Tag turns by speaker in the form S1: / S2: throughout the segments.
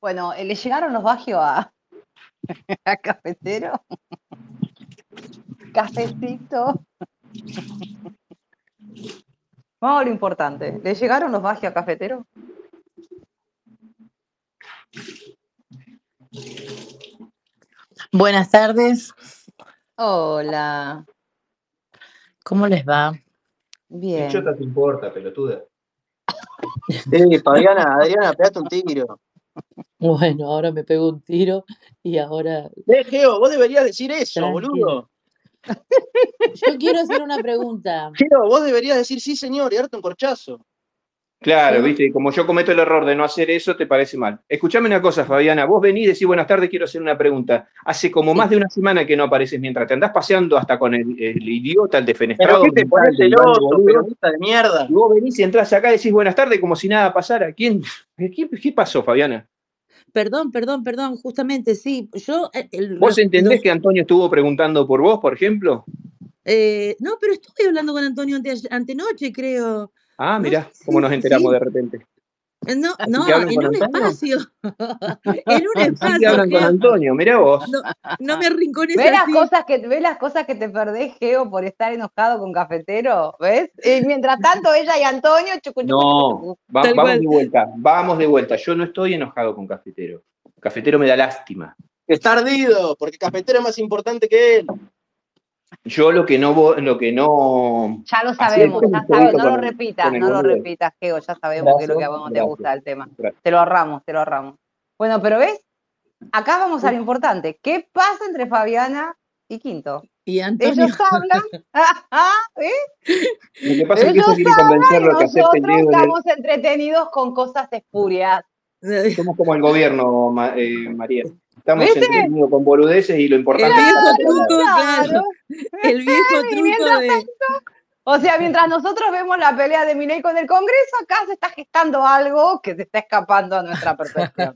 S1: Bueno, eh, ¿le llegaron los bajios a, a cafetero? Cafecito. Vamos a lo importante. ¿Le llegaron los bajios a cafetero?
S2: Buenas tardes,
S1: Hola.
S2: ¿cómo les va?
S1: Bien.
S3: ¿Qué chota te importa, pelotuda?
S4: Sí, Fabiana, Adriana, pegate un tiro.
S2: Bueno, ahora me pego un tiro y ahora
S4: Eh, Geo, vos deberías decir eso,
S2: Tranquilo.
S4: boludo.
S2: yo quiero hacer una pregunta.
S4: Geo, vos deberías decir sí, señor, y darte un corchazo.
S3: Claro, viste, como yo cometo el error de no hacer eso, te parece mal. Escuchame una cosa, Fabiana, vos venís y decís buenas tardes, quiero hacer una pregunta. Hace como más de una semana que no apareces mientras te andás paseando hasta con el, el idiota, el
S4: Pero
S3: defenestrado.
S4: qué te
S3: mental
S4: pones
S3: del bando,
S4: celoso,
S3: boludo.
S4: peronista de mierda.
S3: Y vos venís y entrás acá y decís buenas tardes como si nada pasara. ¿Quién? ¿Qué, qué pasó, Fabiana?
S2: Perdón, perdón, perdón, justamente sí. Yo eh, el-
S3: ¿Vos
S2: los-
S3: entendés
S2: los-
S3: que Antonio estuvo preguntando por vos, por ejemplo?
S2: eh, no, pero estuve hablando con Antonio ante- antenoche, creo.
S3: Ah,
S2: No,
S3: mirá,
S2: sí,
S3: cómo nos
S2: sí,
S3: enteramos
S2: sí.
S3: de repente.
S2: Eh, No,
S3: ¿Así
S2: no,
S3: que hablan
S2: en
S3: con
S2: un
S3: Antonio?
S2: espacio. en un
S3: Así que
S2: espacio,
S3: hablan con
S2: Geo.
S3: Antonio, mirá vos.
S2: Ah, No, no me arrincones
S1: ¿Ves las,
S2: así.
S1: cosas que, ¿Ves las cosas que te perdés, Geo, por estar enojado con cafetero? ¿Ves? Y mientras tanto, ella y Antonio, chucu, chucu,
S3: No.
S1: chucu.
S3: Va-
S2: Tal
S3: vamos
S2: cual.
S3: de vuelta, vamos de vuelta. Yo no estoy enojado con Cafetero. Cafetero me da lástima.
S4: Está ardido, porque Cafetero es más importante que él.
S3: Yo lo que no vo- lo que no
S1: Ya lo
S3: Así es,
S1: sabemos, ya
S3: un poquito
S1: sabemos. No lo
S3: con el-
S1: repitas,
S3: con el
S1: no lo
S3: boludo.
S1: repitas, Geo, ya sabemos que es lo que a vos no te
S3: Gracias,
S1: gusta el tema.
S3: gracias.
S1: Te lo ahorramos, te lo ahorramos. Bueno, pero ¿ves? Acá vamos a lo importante. ¿Qué pasa entre Fabiana y Quinto?
S2: Y Antonio,
S1: Ellos hablan, ¿eh?
S3: lo que pasa es que
S1: Ellos
S3: esto quiere convencerlo a que
S1: nosotros
S3: acepte el dedo en el-
S1: estamos entretenidos con cosas espurias.
S3: Somos como el gobierno, Ma- eh, María. Estamos
S1: ¿Viste?
S3: entretenidos con boludeces y lo importante
S2: El
S3: es
S2: viejo
S3: que-
S2: truco, claro. El viejo
S1: Y
S2: truco
S1: mientras
S2: de.
S1: O sea, mientras nosotros vemos la pelea de Milei con el Congreso, acá se está gestando algo que se está escapando a nuestra percepción.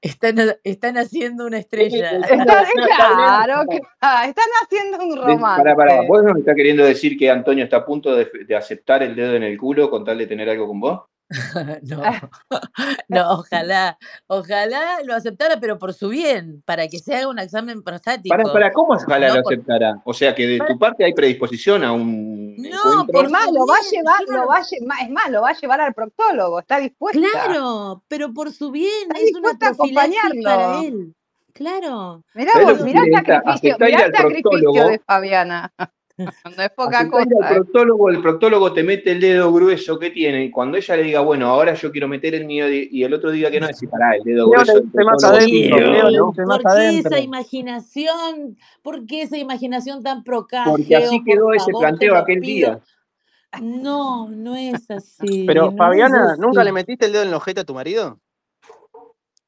S2: Están, están haciendo una estrella.
S1: Están, claro, claro, están haciendo un romance.
S3: Pará, pará. ¿Vos no me está queriendo decir que Antonio está a punto de, de aceptar el dedo en el culo con tal de tener algo con vos?
S2: No,
S1: Ah.
S2: no, ojalá, ojalá lo aceptara, pero por su bien, para que se haga un examen prostático.
S3: Para, para, ¿cómo ojalá
S2: No,
S3: lo
S2: por-
S3: aceptará? O sea que de tu parte hay predisposición a un
S2: No,
S3: encuentro.
S1: Es más, lo va a llevar,
S2: Claro.
S1: lo va a lle- es más, lo va a llevar al proctólogo, está dispuesta.
S2: Claro, pero por su bien,
S1: Está
S2: es una
S1: dispuesta a
S2: profilaxis para
S1: acompañarlo.
S2: él. Claro.
S1: Mirá
S3: Pero
S1: vos, mirá el
S3: Julieta,
S1: sacrificio,
S3: aceptá ir
S1: mirá el
S3: al
S1: sacrificio
S3: proctólogo.
S1: de Fabiana. No es poca
S3: Aceptá ir
S1: cosa.
S3: al
S1: ¿eh?
S3: proctólogo, el proctólogo te mete el dedo grueso que tiene y cuando ella le diga, bueno, ahora yo quiero meter el mío di- y el otro diga que no, decís, pará, el dedo
S4: Leo,
S3: grueso.
S4: le
S3: del
S4: dice más
S3: proctólogo".
S4: adentro,
S3: Sí,
S4: Leo, le
S2: Pero,
S4: gusta
S2: ¿Por
S4: más
S2: qué
S4: adentro.
S2: esa imaginación? ¿Por qué esa imaginación tan procácea?
S3: Porque así quedó ese planteo aquel día.
S2: No, no es así.
S4: Pero,
S2: no
S4: Fabiana,
S2: es
S4: ¿nunca
S2: así.
S4: le metiste el dedo en el ojete a tu marido?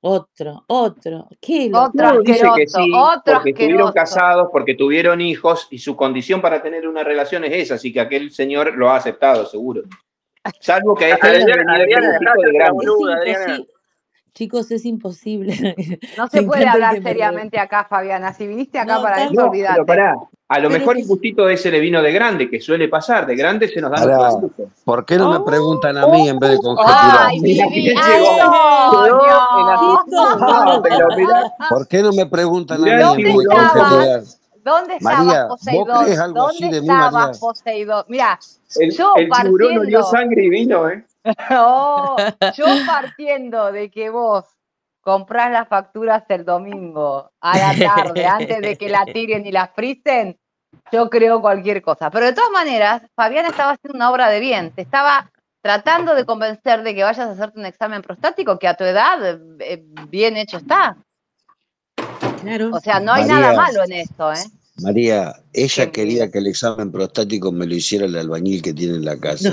S2: Otro, otro. ¿Qué
S1: Otro
S3: Uno dice que
S1: asqueroso,
S3: sí,
S1: otro
S3: porque estuvieron
S1: asqueroso.
S3: casados, porque tuvieron hijos y su condición para tener una relación es esa, así que aquel señor lo ha aceptado, seguro. Salvo que a este
S4: Adriana,
S3: le venía un
S4: Adriana,
S3: chico de
S4: dejá
S3: grande.
S4: de boluda,
S2: Es
S4: Adriana.
S2: imposi- Chicos, es imposible.
S1: No se
S2: Me
S1: puede
S2: encanta
S1: hablar
S2: que me re-
S1: seriamente acá, Fabiana. Si viniste acá
S2: No,
S1: para
S2: tal-
S1: eso,
S3: No, pero
S1: olvídate.
S3: pará, a lo
S2: Pero
S3: mejor
S2: que-
S3: el gustito ese le vino de grande, que suele pasar, de grande se nos da
S5: Pará.
S3: nuestro gusto.
S5: ¿Por qué no me
S2: Oh,
S5: preguntan a mí en vez de conjeturar?
S1: oh, ¡Ay, mi
S3: Mira quién
S1: vida!
S3: llegó.
S1: ¡Antonio!
S3: Ah, pero mirá,
S5: ¿Por qué no me preguntan a mí
S3: Mirá,
S5: en
S3: sí,
S5: vez de
S3: mirá.
S5: conjeturar?
S1: ¿Dónde estabas,
S5: María, ¿vos
S1: Poseidón?
S5: crees algo
S1: ¿Dónde
S5: así de mí,
S1: estabas,
S5: María?
S1: Poseidón? Mira,
S3: el,
S1: yo
S3: el tiburón
S1: partiendo,
S3: olió sangre y vino, ¿eh?
S1: No, yo partiendo de que vos comprás las facturas el domingo a la tarde, antes de que la tiren y las frisen, yo creo cualquier cosa. Pero de todas maneras, Fabiana estaba haciendo una obra de bien, te estaba tratando de convencer de que vayas a hacerte un examen prostático que a tu edad eh, bien hecho está.
S2: Claro.
S1: O sea, no hay
S5: María.
S1: nada malo en esto, ¿eh?
S5: María, ella
S1: Sí.
S5: quería que el examen prostático me lo hiciera el albañil que tiene en la casa.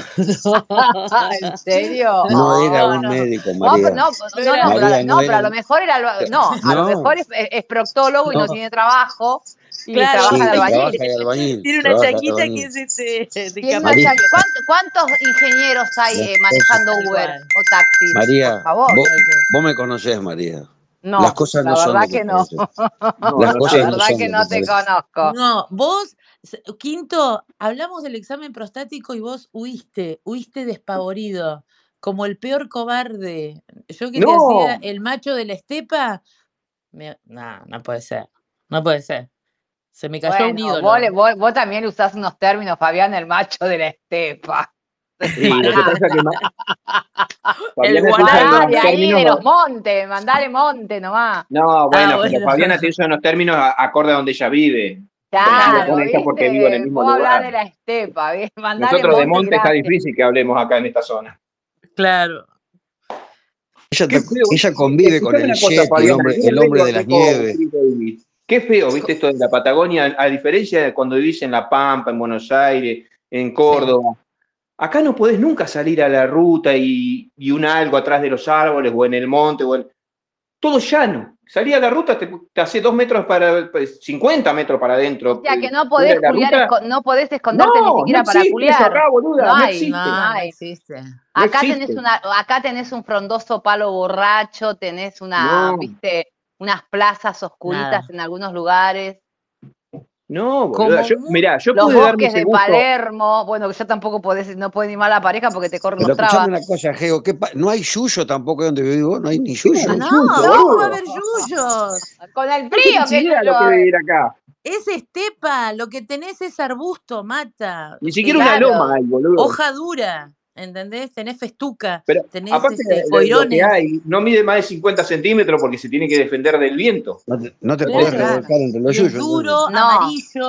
S1: Ah, ¿En serio?
S5: No, era un
S1: no.
S5: médico,
S1: No, pero
S5: María.
S1: Oh, no, no, no,
S5: María,
S1: pero- no,
S5: no
S1: pero a
S5: era-
S1: lo mejor era alba- no, a lo
S5: No.
S1: mejor es, es- es proctólogo y no
S5: No.
S1: tiene trabajo y
S2: Claro.
S1: trabaja
S5: sí,
S1: de
S5: trabaja
S1: albañil.
S5: de albañil.
S2: Tiene una
S5: trabaja de
S2: chaquita que
S5: albañil.
S2: es este, de
S1: Tiene una
S5: María.
S1: chaqueta. ¿Cuánto- ¿Cuántos ingenieros hay eh, manejando
S2: Tal
S1: Uber
S2: cual.
S1: o taxis?
S5: María,
S1: por favor.
S5: vos- Vos me conocés, María.
S1: no,
S5: Las cosas
S1: la
S5: no son
S1: verdad
S5: lo que
S1: que no.
S5: parecen.
S3: No,
S5: Las
S3: no
S5: cosas
S1: La
S3: sé.
S5: no
S1: verdad
S5: son
S1: que
S5: lo
S1: no te
S5: parecen.
S1: conozco.
S2: No, vos, se- quinto, hablamos del examen prostático y vos huiste, huiste despavorido. como el peor cobarde. Yo que te
S3: No.
S2: hacía el macho de la estepa. me- No, no puede ser. No puede ser. Se me cayó un
S1: Bueno,
S2: ídolo.
S1: Vos, le- vos- vos también usás unos términos, Fabián, el macho de la estepa.
S3: Sí, lo que pasa es que ma- Fabiana
S2: El
S3: te usa
S1: Pará,
S3: unos
S1: de ahí,
S3: términos-
S1: de los montes, mandale monte nomás.
S2: Ah,
S3: No, bueno, pero
S2: bueno.
S3: Fabiana te usa unos términos a- acorde a donde ella vive.
S1: Claro,
S3: con esta
S1: ¿viste?
S3: porque vivo en el mismo
S1: Vos hablás
S3: lugar.
S1: de la estepa, ¿viste? mandale
S3: Nosotros de
S1: monte
S3: monte está
S1: gracias.
S3: difícil que hablemos acá en esta zona.
S2: Claro.
S5: Ella,
S3: Qué
S5: ta-
S3: feo.
S5: ella convive con
S3: Escuchame
S5: el
S3: una cosa,
S5: jet, el
S3: Fabiana,
S5: hombre,
S3: yo
S5: el hombre
S3: vengo
S5: de las
S3: aquí con
S5: nieves.
S3: Free David. Qué feo, viste, esto de la Patagonia, a diferencia de cuando vivís en La Pampa, en Buenos Aires, en Córdoba. Acá no podés nunca salir a la ruta y, y un algo atrás de los árboles o en el monte. O en... Todo llano. Salí a la ruta, te, te hace dos metros para, pues, 50 metros para adentro.
S1: O sea que no podés,
S3: La
S1: culiar,
S3: ruta-
S1: esco- no podés esconderte ni siquiera para
S3: existe eso
S1: culiar.
S3: acá, boluda,
S1: No
S3: no
S1: hay,
S3: existe.
S2: No, no
S1: Ay.
S2: existe.
S3: No
S1: Acá
S3: existe.
S1: tenés, una, acá tenés un frondoso palo borracho, tenés una,
S3: No.
S1: viste, unas plazas oscuritas
S2: Nada.
S1: en algunos lugares,
S3: No,
S2: Como
S3: boluda, yo,
S2: mu-
S3: mirá, yo
S1: los
S3: pude darme
S1: bosques
S3: ese
S1: de
S3: gusto.
S1: Palermo, bueno, que yo tampoco podés, no puedo animar a la pareja porque te corren
S5: Pero
S1: los trabas.
S5: escuchame una cosa, Geo, ¿qué pa- no hay yuyo tampoco donde vivo, no hay ni yuyo.
S2: Ah,
S3: Pero
S2: no,
S3: yuyo,
S2: ¿cómo va a
S3: boludo.
S2: haber yuyos?
S1: Con el
S3: No
S1: frío
S3: tenés
S1: que
S3: idea
S1: yo
S3: lo que vivir acá.
S2: Es estepa, lo que tenés es arbusto, mata.
S3: Ni siquiera
S1: Claro.
S3: una loma hay, boludo.
S2: Hoja dura, ¿entendés? Tenés festuca,
S3: Pero,
S2: tenés
S3: Aparte
S2: este,
S3: de lo- lo, que
S2: coirones.
S3: hay, no mide más de 50 centímetros porque se tiene que defender del viento.
S5: No te, no te
S2: Claro.
S5: podés revolcar entre los
S2: y es
S5: yuyos. entonces.
S2: duro,
S1: No.
S2: amarillo.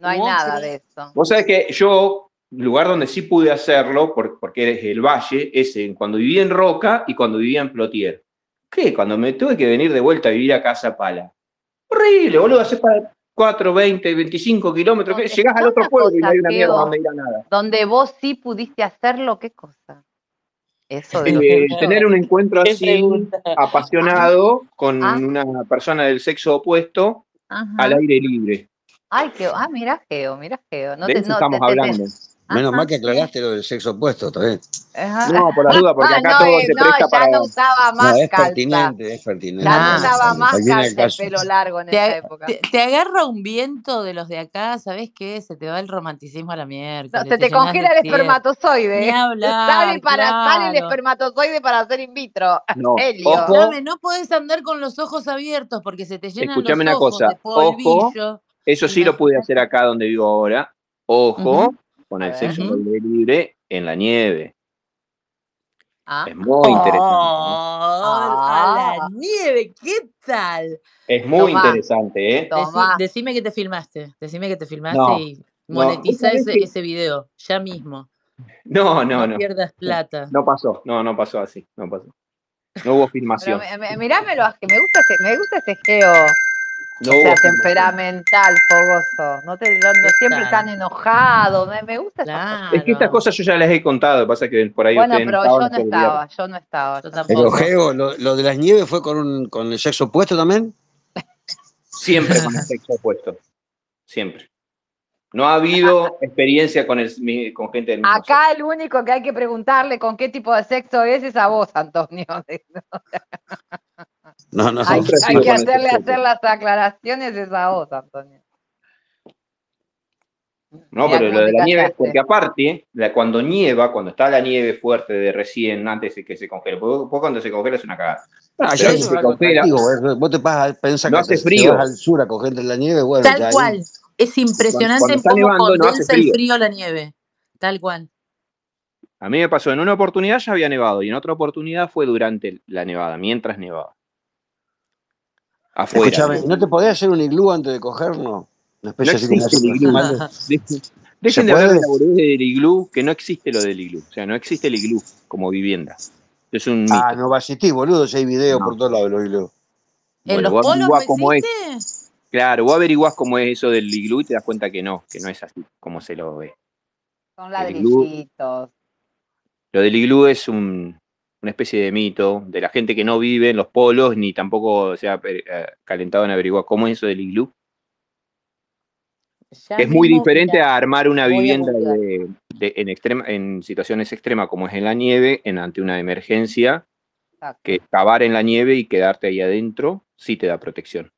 S1: No hay
S2: ocre.
S1: nada de eso.
S3: Vos sabés que yo, lugar donde sí pude hacerlo, por- porque es el valle, es en, cuando viví en Roca y cuando vivía en Plotier. ¿Qué? Cuando me tuve que venir de vuelta a vivir a Casa Pala. Horrible, boludo, haces para 4, 20, 25 kilómetros. ¿qué?
S1: Escuchá
S3: Llegás al otro
S1: una
S3: pueblo y no hay
S1: cosa,
S3: una mierda
S1: Diego.
S3: donde ir a nada.
S1: Donde vos sí pudiste hacerlo, ¿qué cosa? Eso de los
S3: Eh,
S1: sexos.
S3: tener un encuentro
S2: Qué
S3: así
S2: pregunta.
S3: apasionado con
S1: Ah.
S3: una persona del sexo opuesto
S1: Ajá.
S3: al aire libre.
S1: Ay, qué, ah, mira Geo, mira Geo. No
S3: de
S1: te,
S3: eso
S1: no,
S3: estamos
S1: te- te- te-
S3: hablando.
S5: Menos
S1: Ajá.
S5: mal que aclaraste lo del sexo opuesto, está bien.
S1: Ajá.
S3: No, por la duda, porque
S1: Ah,
S3: acá
S1: no,
S3: todo
S1: eh,
S3: se
S1: no,
S3: presta
S1: ya
S3: para.
S1: no usaba más
S5: no, es
S1: calza.
S5: pertinente, es pertinente.
S1: Ya no
S2: Ah,
S1: usaba más
S5: Aquí viene el
S1: calza el
S5: caso.
S1: pelo largo en
S2: Te,
S1: esa
S2: ag-
S1: época.
S2: te- te agarra un viento de los de acá, ¿sabés qué? Se te va el romanticismo a la mierda.
S1: No, se te congela el espermatozoide.
S2: Ni
S1: ¿eh?
S2: hablar,
S1: sale, para, sale el
S2: claro.
S1: espermatozoide para hacer in vitro.
S3: No,
S1: Helio.
S3: ojo,
S2: Escuchame, no podés andar con los ojos abiertos porque se te llenan
S3: Escuchame
S2: los
S3: una
S2: ojos
S3: cosa,
S2: de polvillo.
S3: eso sí lo pude hacer acá donde vivo ahora. Ojo con
S1: A
S3: el
S1: ver.
S3: sexo
S2: Ujú.
S3: al aire libre en la nieve.
S1: Ah,
S3: Es muy interesante. ¿eh?
S2: Oh, A
S1: Ah.
S2: la nieve, ¿qué tal?
S3: Es muy
S1: Tomá.
S3: interesante, ¿eh?
S2: Deci-
S1: Tomá.
S2: decime que te filmaste, decime que te filmaste
S3: No,
S2: y
S3: no.
S2: monetiza
S3: Vos sabés
S2: ese,
S3: que-
S2: ese video, ya mismo.
S3: No,
S2: No,
S3: no, no.
S2: pierdas plata.
S3: No pasó, no, no pasó así. No pasó. No hubo
S1: pero
S3: filmación.
S1: me- me- mirámelo, que me gusta este, me gusta este Geo.
S3: No
S1: o
S3: hubo
S1: sea,
S3: filmación.
S1: temperamental, fogoso. No te, no- no-
S2: ¿Qué
S1: siempre
S2: tal?
S1: están enojados. Me, me gusta esa cosa.
S2: Claro.
S3: Es que estas cosas yo ya les he contado, pasa que por ahí
S1: Ah, Bueno,
S3: ustedes
S1: pero yo
S3: estaban,
S1: no
S3: se olvidaron.
S1: estaba, yo no estaba.
S2: Yo
S1: yo no
S5: Pero
S2: tampoco.
S5: Geo, lo, lo de las nieves fue con, un, con el sexo opuesto también.
S3: Siempre con el sexo opuesto. Siempre. No ha habido experiencia con, el, mi- con gente del mismo
S1: Acá el único que hay que preguntarle con qué tipo de sexo es es a vos, Antonio.
S5: No, no.
S1: Hay,
S3: siempre ha
S1: hay
S3: sido
S1: que
S3: con el
S1: hacerle
S3: sexo.
S1: hacer las aclaraciones es a vos, Antonio.
S3: sexo. No,
S1: Mirá
S3: pero
S1: cómo
S3: lo de
S1: te
S3: la nieve,
S1: callaste.
S3: porque aparte, la- cuando nieva, cuando está la nieve fuerte de recién, antes de que se congele, porque vos cuando se congela es una cagada.
S5: Ah,
S3: Pero
S5: yo
S3: si
S5: eso
S3: se
S5: es algo
S3: congela-
S5: atractivo, eh. Vos te vas a pensar
S3: No
S5: que
S3: hace
S5: te- te
S3: frío.
S5: vas al sur a coger entre la nieve, bueno, ya
S2: Tal
S5: ahí-
S2: cual. Es impresionante
S3: cuando está
S2: cómo
S3: nevando, no hace
S2: condensa el
S3: frío.
S2: frío la nieve. Tal cual.
S3: A mí me pasó, en una oportunidad ya había nevado y en otra oportunidad fue durante la nevada, mientras nevaba. Afuera.
S5: Escuchame, ¿no te podés hacer un iglú antes de cogerlo? Una especie
S3: No
S5: así como
S3: existe el
S5: hace-
S3: iglú.
S5: animales.
S3: Dejen dejen
S5: ¿Se
S3: de hablar
S5: puede?
S3: de la boludez del iglú, que no existe lo del iglú. O sea, no existe el iglú como vivienda. Es un mito.
S5: Ah, no va a existir, boludo, si hay videos
S3: No.
S5: por todos lados de los iglú.
S2: ¿En
S3: Bueno,
S2: los
S3: vos
S2: polos
S3: averiguá
S2: no
S3: cómo es.
S2: existe?
S3: Claro, vos averiguás cómo es eso del iglú y te das cuenta que no, que no es así como se lo ve.
S1: Son
S3: El glue.
S1: ladrillitos.
S3: Lo del iglú es un- una especie de mito de la gente que no vive en los polos ni tampoco se ha eh, calentado en averiguar cómo es eso del iglú.
S2: Ya
S3: Es muy
S2: mismo,
S3: diferente
S2: mirá.
S3: a armar una
S2: voy a
S3: vivienda
S2: googlear.
S3: de- de- en, extrema, en situaciones extremas como es en la nieve, en ante una emergencia,
S1: Exacto.
S3: que cavar en la nieve y quedarte ahí adentro sí te da protección.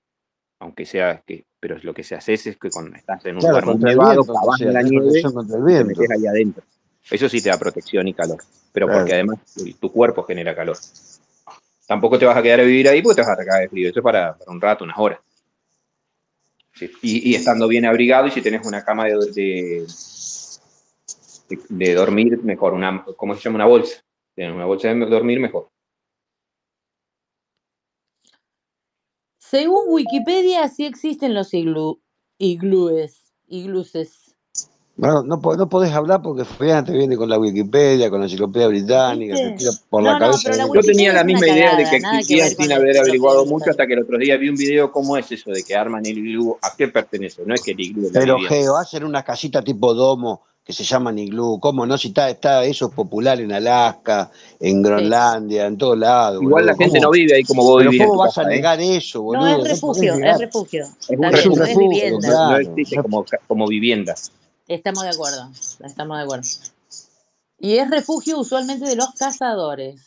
S3: Aunque sea que, pero lo que se hace es que cuando estás en un
S5: Claro,
S3: lugar muy
S5: contra el
S3: nevado,
S5: viento,
S3: cavas
S5: sí,
S3: en la
S5: hay
S3: nieve
S5: protección contra el
S3: y te
S5: viento.
S3: metes ahí adentro. Eso sí te da protección y calor. Pero
S5: Claro.
S3: porque además tu- tu cuerpo genera calor. Tampoco te vas a quedar a vivir ahí porque te vas a caer de frío. Eso es para, para un rato, unas horas. Sí, Y, y estando bien abrigado y si tenés una cama de, de, de- de dormir, mejor. Una, ¿Cómo se llama? Una bolsa. Tenés una bolsa de dormir, mejor.
S2: Según Wikipedia, sí existen los iglú, iglúes. Igluses.
S5: No, no, po- no podés hablar porque Fabiana te viene con la Wikipedia, con la enciclopedia británica,
S2: ¿Viste?
S5: te tira por
S2: No,
S5: la
S2: no,
S5: cabeza.
S2: pero la
S3: Yo
S2: Wikipedia
S3: tenía
S2: es
S3: la
S2: una
S3: misma idea de
S2: cagada,
S3: que
S2: nada que
S3: existía
S2: ver con
S3: sin
S2: la
S3: haber
S2: enciclopedia
S3: averiguado
S2: británica.
S3: mucho hasta que el otro día vi un video cómo es eso de que arman el iglú, a qué pertenece, no es que el iglú es la
S5: Pero
S3: vivienda.
S5: Geo, hacen unas casitas tipo domo que se llaman iglú. ¿Cómo no? Si está, está eso es popular en Alaska, en Groenlandia, en todos lados.
S3: Igual la
S5: boludo.
S3: gente
S5: ¿Cómo-
S3: no vive ahí como vos
S5: Pero
S3: vivís en
S5: ¿cómo
S3: tu
S5: vas a
S3: casa, ¿eh?
S5: negar eso,
S2: No,
S5: boludo? No
S2: es
S5: podés
S2: refugio,
S5: negar.
S2: es refugio.
S3: Es
S2: Está
S3: un
S2: bien, no es
S5: refugio,
S2: vivienda.
S5: claro.
S3: No existe como, ca- como vivienda.
S2: Estamos de acuerdo, estamos de acuerdo. Y es refugio usualmente de los cazadores.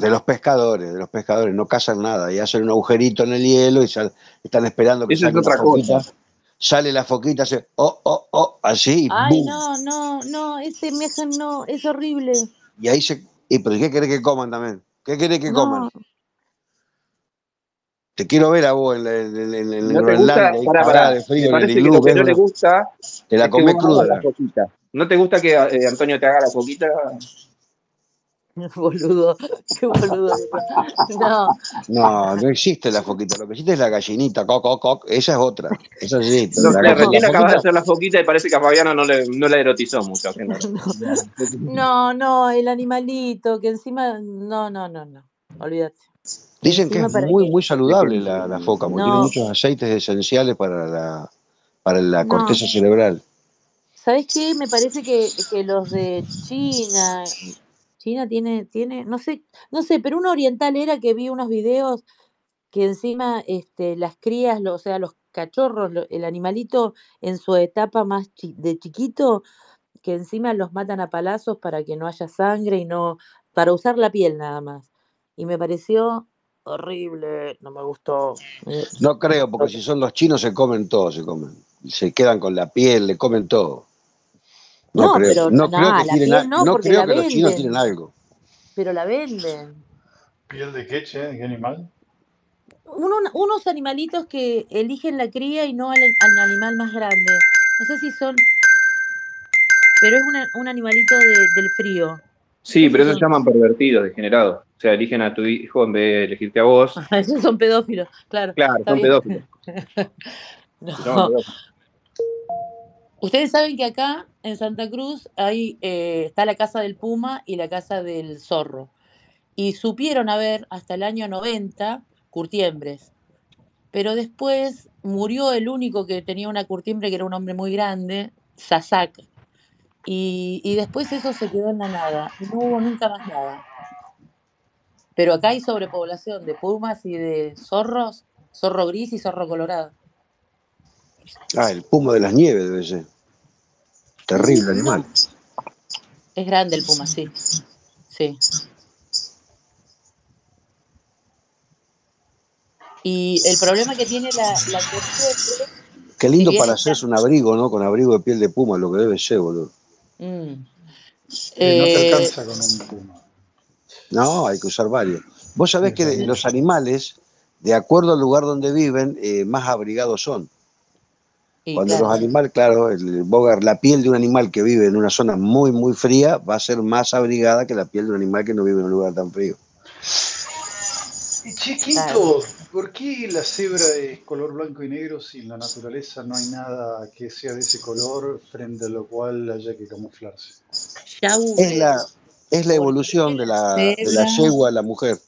S5: De los pescadores, de los pescadores, no cazan nada y hacen un agujerito en el hielo y sal- están esperando que
S3: Eso es
S5: salga
S3: otra
S5: la foquita.
S3: cosa.
S5: Sale la foquita, hace oh, oh, oh, así, y
S2: Ay,
S5: ¡boom!
S2: no, no, no, ese meja no, es horrible.
S5: y ahí se. ¿Y pero qué querés que coman también? ¿Qué querés que
S2: No.
S5: coman? Te quiero ver a vos en, la- en- en- en- en
S3: No te gusta,
S5: Groenlandia, ahí
S3: pará,
S5: cagada
S3: pará.
S5: de
S3: Me
S5: frío en el
S3: parece que
S5: iglú,
S3: lo que
S5: ves,
S3: no le
S5: boludo.
S3: gusta
S5: te la
S3: es que
S5: comés
S3: vos hagas
S5: cruda.
S3: la foquita. ¿No te gusta que eh, Antonio te haga la foquita?
S2: Boludo, qué boludo. No,
S5: No, no existe la foquita, lo que existe es la gallinita, coc, coc, coc, esa es otra. Esa sí,
S3: No, sé,
S5: la gallina-
S3: recién
S5: la
S3: acabas de
S5: foquita-
S3: hacer la foquita y parece que a Fabiana no le, no la erotizó mucho. que no.
S2: no, no, el animalito, que encima, no, no, no, no, olvídate.
S5: Dicen que
S2: Encima
S5: es
S2: para
S5: muy,
S2: que-
S5: muy saludable la, la foca, porque
S2: No.
S5: tiene muchos aceites esenciales para la, para la
S2: No.
S5: corteza cerebral.
S2: ¿Sabes qué? Me parece que, que los de China, China tiene, tiene, no sé, no sé, pero una oriental era que vi unos videos que encima este, las crías, lo- o sea, los cachorros, lo- el animalito en su etapa más chi- de chiquito, que encima los matan a palazos para que no haya sangre y no, para usar la piel nada más. Y me pareció horrible, no me gustó. eh,
S5: No creo, porque si son los chinos se comen todo, se comen. Se quedan con la piel, le comen todo. No,
S2: No,
S5: creo,
S2: pero
S5: no
S2: no,
S5: creo que,
S2: la
S5: tienen
S2: piel
S5: a-
S2: no,
S5: no
S2: porque
S5: creo
S2: la
S5: que los chinos
S2: venden.
S5: tienen algo.
S2: Pero la venden.
S6: ¿Piel de qué, che? ¿De qué animal?
S2: uno- unos animalitos que eligen la cría y no al, al animal más grande. No sé si son. Pero es una- un animalito de- del frío.
S3: Sí, pero eso se llaman pervertidos, degenerados. O sea, eligen a tu hijo en vez de elegirte a vos.
S5: Ah,
S2: Esos son pedófilos, claro.
S3: Claro,
S2: Está
S3: son
S2: bien.
S3: pedófilos.
S2: No.
S3: se llaman pedófilos.
S2: Ustedes saben que acá en Santa Cruz hay, eh, está la casa del puma y la casa del zorro. Y supieron haber hasta el año 90 curtiembres. Pero después murió el único que tenía una curtiembre, que era un hombre muy grande, Sasak. Y, y después eso se quedó en la nada. y No hubo nunca más nada. Pero acá hay sobrepoblación de pumas y de zorros, zorro gris y zorro colorado.
S5: Ah, el puma de las nieves debe ser. Terrible animal.
S2: Es grande el puma, sí. Sí. Y el problema que tiene la, la curtiembre-
S5: Qué lindo
S2: Sí,
S5: para
S2: está.
S5: hacerse un abrigo, ¿no? Con abrigo de piel de puma, lo que debe ser, boludo.
S2: Mm.
S6: no te
S2: Eh,
S6: alcanza con un puma.
S5: No, hay que usar varios. Vos sabés que de- los animales, de acuerdo al lugar donde viven, eh, más abrigados son.
S2: y
S5: Cuando
S2: eh, claro,
S5: los animales, claro, el, el bogar, la piel de un animal que vive en una zona muy, muy fría va a ser más abrigada que la piel de un animal que no vive en un lugar tan frío.
S6: Y chiquito,
S2: Claro.
S6: ¿por qué la cebra es color blanco y negro si en la naturaleza no hay nada que sea de ese color frente a lo cual haya que camuflarse?
S2: ya
S5: Es
S2: hubo-
S5: la, es la evolución de la, de la yegua a la mujer.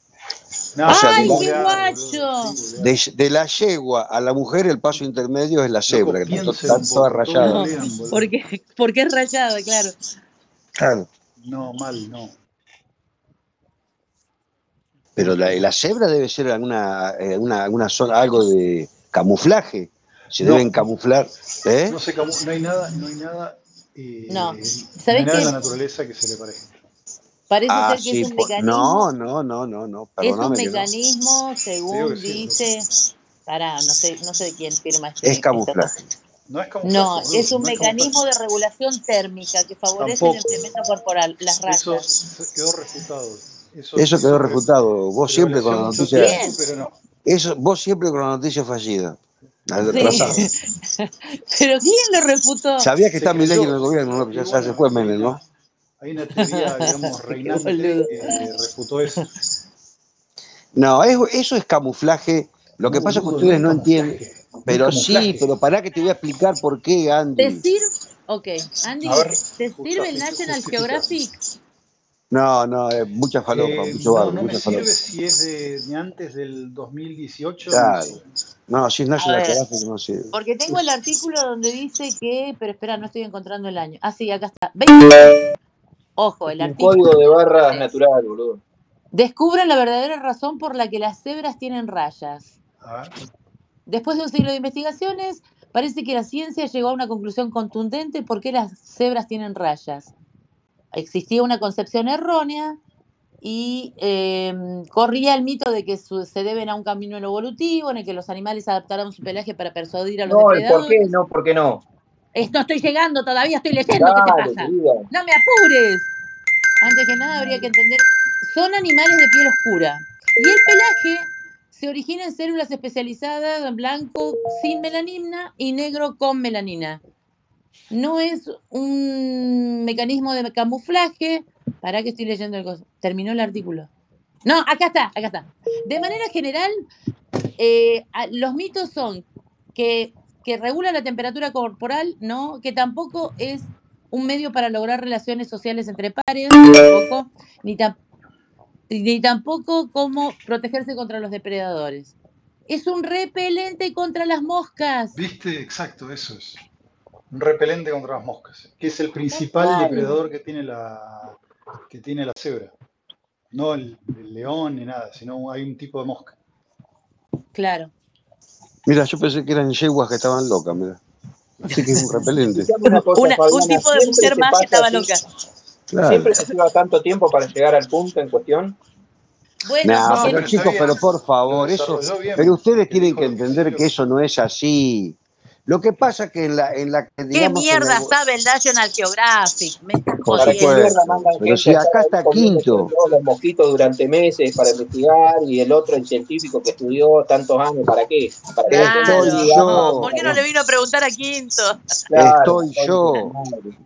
S6: No,
S5: O sea,
S6: qué
S5: ¡Ay, qué
S6: vulgar,
S2: guacho!
S6: boludo, qué vulgar.
S5: De, de la yegua a la mujer, el paso intermedio es la
S6: Loco,
S5: cebra, que está, to-
S6: piensen
S5: está
S6: un
S5: toda
S6: poco,
S5: rayada.
S6: todos lean, boludo.
S2: porque, porque es rayada, claro.
S5: Claro.
S6: No, mal, no.
S5: Pero la, la cebra debe ser alguna, eh, alguna, alguna zona, algo de camuflaje. Se
S6: No.
S5: deben camuflar. ¿eh?
S6: No, se camu- no hay nada, no hay nada, eh,
S2: No.
S6: no hay
S2: ¿Sabés
S6: nada
S2: qué?
S6: en la naturaleza que se le parezca.
S2: Parece
S5: Ah,
S2: ser que
S5: sí,
S2: es un
S5: po-
S2: mecanismo.
S5: no, no, no, no, no,
S2: Es un
S5: perdóname. que no.
S2: mecanismo,
S6: Te digo
S2: según
S6: que sí,
S2: dice. Pará, no sé, no sé quién firma este-
S5: Es camuflaje.
S2: esta-
S6: No es como
S2: No, es un mecanismo de regulación térmica que favorece
S6: Tampoco.
S2: el enfriamiento corporal, las
S6: Eso
S2: rayas.
S6: se quedó refutado. Eso,
S5: Eso quedó
S6: se-
S5: refutado. Vos
S6: se
S5: siempre con
S6: realizó
S5: la
S6: mucho
S5: noticia.
S6: tiempo, pero no.
S5: Eso, vos siempre con la noticia fallida. Atrasado.
S2: Sí. Pero ¿quién lo refutó?
S5: Sabías que
S6: Se
S5: está mi ley en
S6: cayó.
S5: el gobierno, ¿no? ya
S6: Y bueno,
S5: se fue
S6: hay
S5: Menem, ¿no?
S6: una- Hay una teoría, digamos,
S2: Qué
S6: reinante
S2: boludo.
S6: que refutó eso.
S5: No, es- eso es camuflaje. Lo que
S6: No,
S5: pasa es que
S6: boludo,
S5: ustedes
S6: no
S5: no
S6: es
S5: entienden.
S6: camuflaje, no es
S5: Pero sí,
S6: camuflaje.
S5: pero pará que te voy a explicar por qué,
S2: ¿Te
S5: Andy.
S2: sirve? Ok, Andy,
S6: A ver,
S2: ¿te sirve el
S6: justifica,
S2: National
S6: justifica.
S2: Geographic?
S5: No, no, es mucha falopa,
S6: Eh,
S5: mucho
S6: no,
S5: barro,
S6: no me
S5: mucha
S6: sirve
S5: falopa.
S6: si es de, de antes del 2018, no me
S5: Claro.
S6: sirve.
S5: No, si es
S2: A
S5: National
S2: ver,
S5: Geographic, no sé.
S2: porque tengo el artículo donde dice que, pero espera, no estoy encontrando el año. Ah, sí, acá está. 20. Ojo, el
S3: Un código
S2: artículo
S3: de barras
S2: es,
S3: natural, boludo.
S2: descubran la verdadera razón por la que las cebras tienen rayas.
S6: A ver,
S2: Después de un siglo de investigaciones, parece que la ciencia llegó a una conclusión contundente por qué las cebras tienen rayas. Existía una concepción errónea y eh, corría el mito de que su- se deben a un camino evolutivo en el que los animales adaptaron su pelaje para persuadir a los
S3: No, el por qué
S2: depredadores.
S3: no, por qué no.
S2: Es- no estoy llegando todavía, estoy leyendo, ¿qué te
S3: Dale,
S2: pasa?
S3: querida.
S2: No me apures. Antes que nada habría que entender, son animales de piel oscura y el pelaje se origina en células especializadas en blanco sin melanina y negro con melanina. No es un mecanismo de camuflaje. ¿Para que estoy leyendo el coso? Terminó el artículo. No, acá está, acá está. De manera general, eh, a- los mitos son que, que regula la temperatura corporal, ¿no? Que tampoco es un medio para lograr relaciones sociales entre pares, tampoco, ni, tam- ni tampoco como protegerse contra los depredadores. Es un repelente contra las moscas.
S6: viste, exacto, eso es. Un repelente contra las moscas, que es el principal
S2: Total.
S6: depredador que tiene la, que tiene la cebra. No el, el león ni nada, sino hay un tipo de mosca.
S2: Claro.
S5: Mira, yo pensé que eran yeguas que estaban locas, mira. Así que es un repelente.
S3: Escuchame una cosa,
S2: Una- un
S3: Fabiana,
S2: tipo de
S3: siempre
S2: mujer
S3: te
S2: más que
S3: pasa
S2: estaba
S3: así,
S2: loca.
S5: Claro.
S3: siempre te lleva tanto tiempo para llegar al punto en cuestión.
S2: Bueno,
S5: No,
S6: No,
S2: porque
S5: pero
S6: pero está
S5: chicos,
S6: bien,
S5: pero por
S6: lo
S5: favor, eso.
S6: desarrolló
S5: Pero
S6: bien,
S5: ustedes
S6: porque
S5: tienen
S6: dijo
S5: que
S6: lo que
S5: entender
S6: sintió.
S5: que eso no es así. Lo que pasa que en la, en la que
S2: ¿qué
S5: digamos en la,
S2: mierda sabe el National Geographic? Me estás
S5: por
S3: ¿Para qué
S2: jodiendo.
S3: mierda
S5: supuesto,
S3: mandan
S5: pero
S3: gente
S5: si
S3: a
S5: acá
S3: estar ahí
S5: está
S3: comiéndose
S5: Quinto,
S3: todos los mosquitos durante meses para investigar y el otro, el científico que estudió tantos años, ¿para qué? Para que después nos
S2: Claro.
S5: estoy yo,
S3: digamos,
S2: ¿Por qué no le vino a preguntar a Quinto?
S3: claro,
S5: estoy
S3: coño de la
S5: yo,
S3: madre.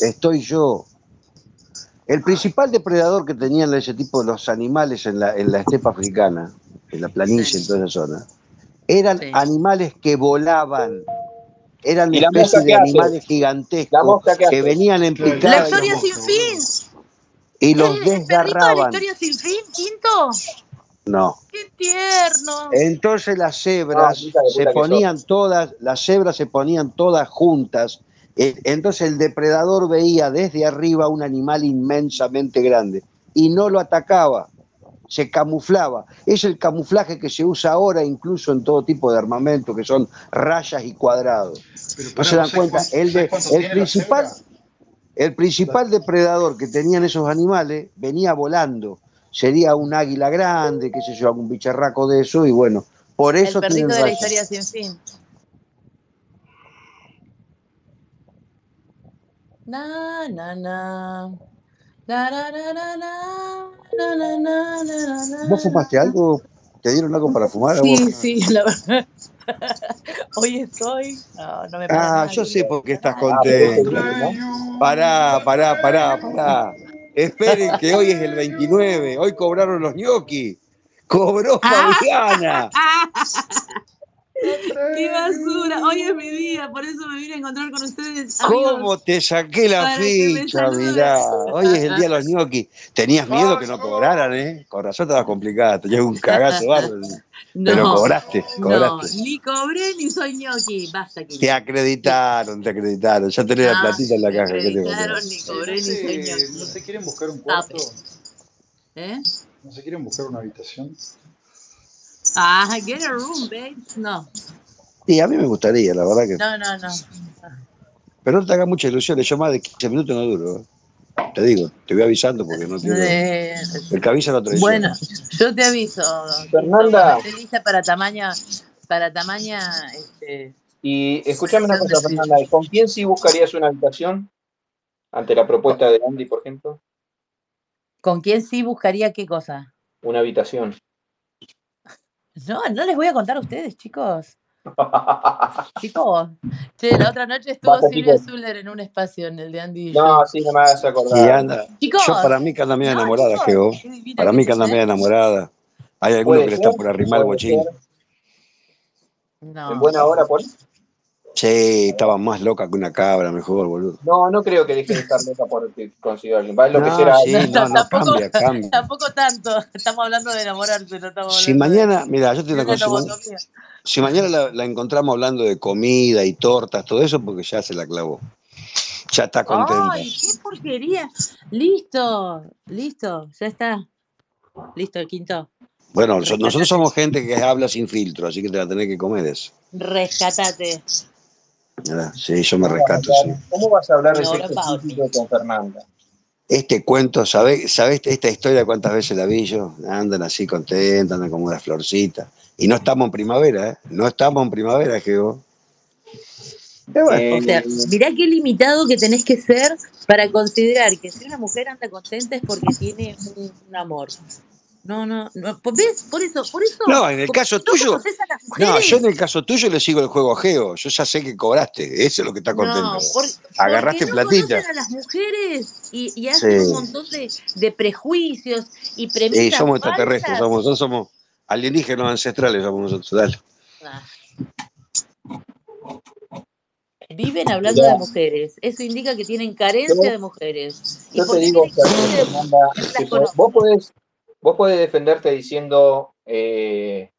S5: estoy yo. El principal depredador que tenían ese tipo de los animales en la, en la estepa africana, en la
S2: Sí,
S5: planicie, en toda esa zona, eran
S2: sí.
S5: animales que volaban. Eran
S3: ¿Y
S5: una
S3: la mosca
S5: especie de
S3: qué hace?
S5: animales
S3: ¿La
S5: gigantescos
S3: mosca qué
S5: que
S3: hace?
S5: venían en
S6: Claro, ¿y qué
S2: La
S5: picada
S6: hace
S2: historia sin fin.
S5: y los, des- y
S6: la mosca, boludo?
S2: ¿Él
S5: los
S2: es el perrito de la
S5: desgarraban.
S2: historia sin fin, Quinto?
S5: No.
S2: ¡Qué tierno!
S5: Entonces las
S3: Ah,
S5: cebras
S3: hija de puta
S5: se
S3: que sos.
S5: ponían todas, las cebras se ponían todas juntas. Eh, Entonces el depredador veía desde arriba un animal inmensamente grande y no lo atacaba, se camuflaba. Es el camuflaje que se usa ahora incluso en todo tipo de armamento, que son rayas y cuadrados.
S6: Pero
S5: No
S6: pará,
S5: se
S6: ¿vos
S5: dan
S6: sabés
S5: cuenta.
S6: cuánto,
S5: El,
S6: sabés
S5: de,
S6: cuánto
S5: el
S6: tiene la
S5: principal
S6: cebra?
S5: el
S6: La-
S5: principal depredador que tenían esos animales venía volando. Sería un águila grande, qué sé yo, algún bicharraco de eso, y bueno, por
S2: El
S5: eso tienen
S2: perrito de la
S5: rayas.
S2: historia sin fin. Na, na, na. La, la, la, la, la. La, la, la, la, la,
S5: ¿Vos
S2: la, la,
S5: fumaste
S2: la.
S5: algo? ¿Te dieron algo para fumar a vos?
S2: Sí, sí, la verdad. Hoy estoy. No, no me para
S5: Ah, yo sé
S2: nadie.
S5: por qué estás
S2: Ay,
S3: Ah, pero este
S5: contenta.
S3: vino, ¿no?
S5: Pará, pará, pará, pará. Esperen que hoy es el 29, hoy
S6: Claro,
S5: cobraron los ñoquis. Cobró
S2: ¡Ah!
S5: Fabiana.
S2: ¡Qué basura! Hoy es mi día, por eso me vine a encontrar con ustedes, amigos,
S5: ¿Cómo te saqué la
S2: para que me
S5: ficha?
S2: saluden.
S5: Mirá, hoy es el día de los ñoquis. Tenías miedo que no cobraran, ¿eh? Con razón estaba complicada, tenías un cagazo bárbaro. Pero
S2: No,
S5: cobraste,
S2: no,
S5: cobraste.
S2: ni cobré ni soy ñoqui. Basta,
S5: Te
S2: Quinto. Sí.
S5: acreditaron, te acreditaron. Ya tenés la
S2: Ah,
S5: platita en la
S2: me
S5: caja, ¿qué te pasa?
S2: acreditaron, ni
S6: Che, ¿no
S2: cobré ni soy
S6: se, no
S2: ñoqui.
S6: se quieren buscar un
S2: Sape,
S6: cuarto?
S2: ¿eh?
S6: ¿No se quieren buscar una habitación?
S2: Ah, get a room, babes. No,
S5: Y a mí me gustaría, la verdad que.
S2: no, no, no.
S5: Pero no te hagas muchas ilusiones, yo más de 15 minutos no duro. ¿eh? Te digo, te voy avisando porque no quiero.
S2: Eh,
S5: El que avisa no traiciona.
S2: bueno, yo te aviso, Quinto, cuando
S3: Fernanda,
S2: esté lista para tamaña, para tamaña, este.
S3: Y escúchame una cosa, Fernanda, ¿con quién sí buscarías una habitación? Ante la propuesta de Andy, por ejemplo,
S2: ¿Con quién sí buscaría qué cosa?
S3: una habitación.
S2: No, no les voy a contar a ustedes, chicos. Chicos. Che, la otra noche estuvo
S3: Basta,
S2: Silvia
S3: chicos.
S2: Zuller en un espacio, en el de Andy. y yo.
S3: No, sí, no me vas a acordar.
S5: Y anda,
S2: Chicos.
S5: yo para mí que anda medio
S2: No,
S5: enamorada,
S2: chicos,
S5: Geo.
S2: qué divina
S5: Para
S2: que
S5: mí que
S2: es,
S5: anda medio
S2: ¿eh?
S5: enamorada. Hay alguno
S3: Puede
S5: que le
S3: ser,
S5: está por arrimar el
S3: puede
S5: bochín.
S3: ser. En
S2: No.
S3: buena hora, por
S5: Sí, estaba más loca que una cabra, mejor, boludo.
S3: No, no creo que deje de estar loca por considerar a alguien. Va a enloquecer
S5: No,
S3: a
S5: sí,
S3: alguien.
S5: no, no,
S2: tampoco,
S5: cambia, cambia.
S2: tampoco tanto. Estamos hablando de enamorarse, no estamos
S5: Si
S2: hablando de,
S5: mañana, mira, yo te
S2: de
S5: digo,
S2: una
S5: si, ma-
S2: lobotomía.
S5: si mañana la, la encontramos hablando de comida y tortas, todo eso, porque ya se la clavó. Ya está contenta.
S2: ¡Ay, qué porquería! Listo, listo, ya está. Listo, el quinto.
S5: Bueno, so- nosotros
S2: Rescatate,
S5: somos gente que habla sin filtro, así que te la tenés que comer eso.
S2: rescatate.
S5: Mirá, Sí, yo me
S3: ¿Cómo vas, a
S5: rescato, sí.
S3: hablar, cómo vas a hablar de
S2: Know
S3: sexo
S2: about me.
S3: físico con Fernanda?
S5: Este cuento, ¿sabés, ¿sabés esta historia cuántas veces la vi yo? Andan así contentas, andan como unas florcitas. Y no estamos en primavera, ¿eh? No estamos en primavera, Geo. Pero bueno,
S2: O
S3: Eh,
S2: sea, mirá qué limitado que tenés que ser para considerar que si una mujer anda contenta es porque tiene un, un amor. No, no, no. Por- ¿Ves? Por eso, por eso,
S5: no, en el
S2: como
S5: caso
S2: no
S5: tuyo,
S2: conoces a las
S5: no, yo en
S2: mujeres.
S5: el caso tuyo le sigo el juego a Geo. Yo ya sé que cobraste, eso es lo que está contento.
S2: No, por- porque
S5: Agarraste
S2: no conocen
S5: platita.
S2: a las mujeres y, y
S5: Sí,
S2: hacen un montón de, de prejuicios y
S5: y
S2: premisas
S5: somos extraterrestres,
S2: falsas.
S5: somos, nosotros somos alienígenas ancestrales, somos nosotros, dale.
S2: Ah, Viven hablando de
S3: mirá,
S2: mujeres. Eso indica que tienen
S3: yo,
S2: carencia de mujeres. ¿Y
S3: yo te
S2: por qué
S3: digo,
S2: tienen carencia de mujeres?
S3: Fernanda,
S2: Porque las
S3: que po- vos
S2: conocen.
S3: podés, vos podés defenderte diciendo, eh,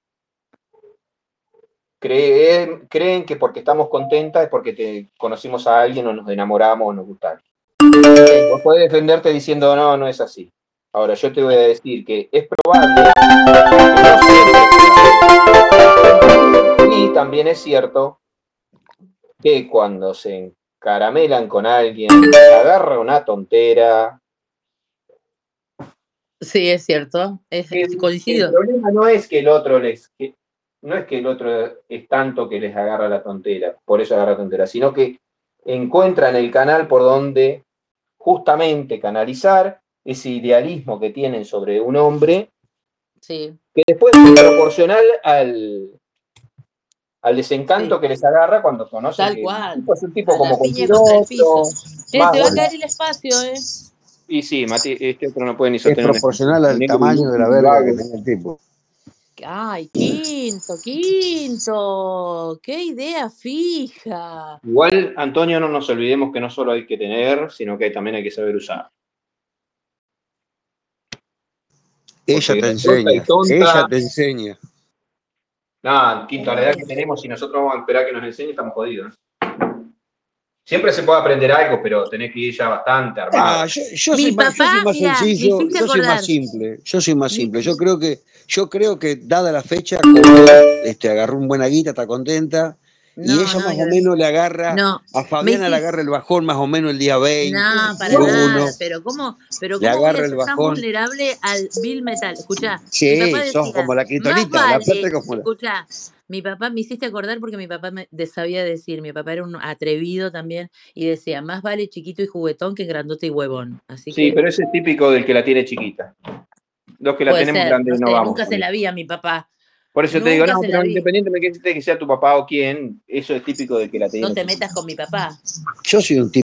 S3: creen, creen que porque estamos contentas es porque te conocimos a alguien o nos enamoramos o nos gustamos. Vos podés defenderte diciendo, no, no es así. Ahora, yo te voy a decir que es probable que no siempre sea así. Y también es cierto que cuando se encaramelan con alguien, agarra una tontera.
S2: Sí, es cierto. Es,
S3: El, el
S2: coincido.
S3: problema no es que el otro les. que- no es que el otro es tanto que les agarra la tontera, por eso agarra tontera, sino que encuentran el canal por donde justamente canalizar ese idealismo que tienen sobre un hombre
S2: Sí,
S3: que después es proporcional al, al desencanto
S2: sí.
S3: que les agarra cuando conocen
S2: Tal
S3: que el
S2: cual.
S3: tipo es un tipo
S2: A la
S3: como
S2: piña
S3: cualquier
S2: contra el piso.
S3: otro,
S2: Che,
S3: más
S2: se va a
S3: bueno.
S2: caer el espacio, ¿eh?
S3: Y sí, Mati, este otro no puede ni
S5: Es
S3: sostener un espacio.
S5: proporcional al
S3: Negro,
S5: tamaño de la
S3: inútil,
S5: verga que
S3: vago.
S5: tenga el tipo.
S2: Ay, quinto, quinto. Qué idea fija.
S3: Igual, Antonio, no nos olvidemos que no solo hay que tener, sino que también hay que saber usar.
S5: Ella
S3: Porque grandota
S5: te
S3: y
S5: enseña, ella
S3: tonta,
S5: te enseña.
S3: nada, quinto, a la edad que tenemos, si nosotros vamos a esperar que nos enseñe, estamos jodidos. Siempre se puede aprender algo, pero tenés que ir ya bastante
S5: Ah,
S3: armado.
S5: yo, yo
S2: Mi
S5: soy más, yo soy
S2: papá,
S5: más
S2: mira, me
S5: sencillo,
S2: hiciste
S5: yo soy más
S2: acordar.
S5: simple, yo soy más
S2: Mi-
S5: simple. Yo creo que, yo creo que dada la fecha, cobró, este, agarró un buena guita, está contenta, y
S2: no,
S5: ella
S2: no,
S5: más o
S2: yo-
S5: menos le agarra,
S2: no.
S5: a
S2: Me
S5: Fabiana le
S2: hiciste.
S5: agarra el bajón más o menos el día 20,
S2: No, para nada,
S5: 21,
S2: pero ¿cómo, pero
S5: le
S2: ¿cómo voy a
S5: agarra el
S2: ser tan
S5: bajón.
S2: vulnerable al Bill Metal? Escucha, mi papá
S5: Sí, sos
S2: decía,
S5: como la
S2: más
S5: criptonita, la plata
S2: vale,
S5: es como la.
S2: escucha, mi papá me hiciste acordar porque mi papá me de- sabía decir, mi papá era un atrevido también y decía, más vale chiquito y juguetón que grandote y huevón. Así
S3: Sí,
S2: que
S3: pero ese es típico del que la tiene chiquita. Los que la
S2: puede
S3: tenemos
S2: ser,
S3: grande
S2: no
S3: no
S2: sé,
S3: vamos
S2: nunca
S3: con
S2: se
S3: eso.
S2: la vi a mi papá,
S3: Por eso te digo,
S2: nunca
S3: no,
S2: se la
S3: pero
S2: vi.
S3: independientemente que sea tu papá o quién, eso es típico del que la
S2: No
S3: tiene
S2: te
S3: chiquita.
S2: metas con mi papá.
S5: Yo soy un tipo.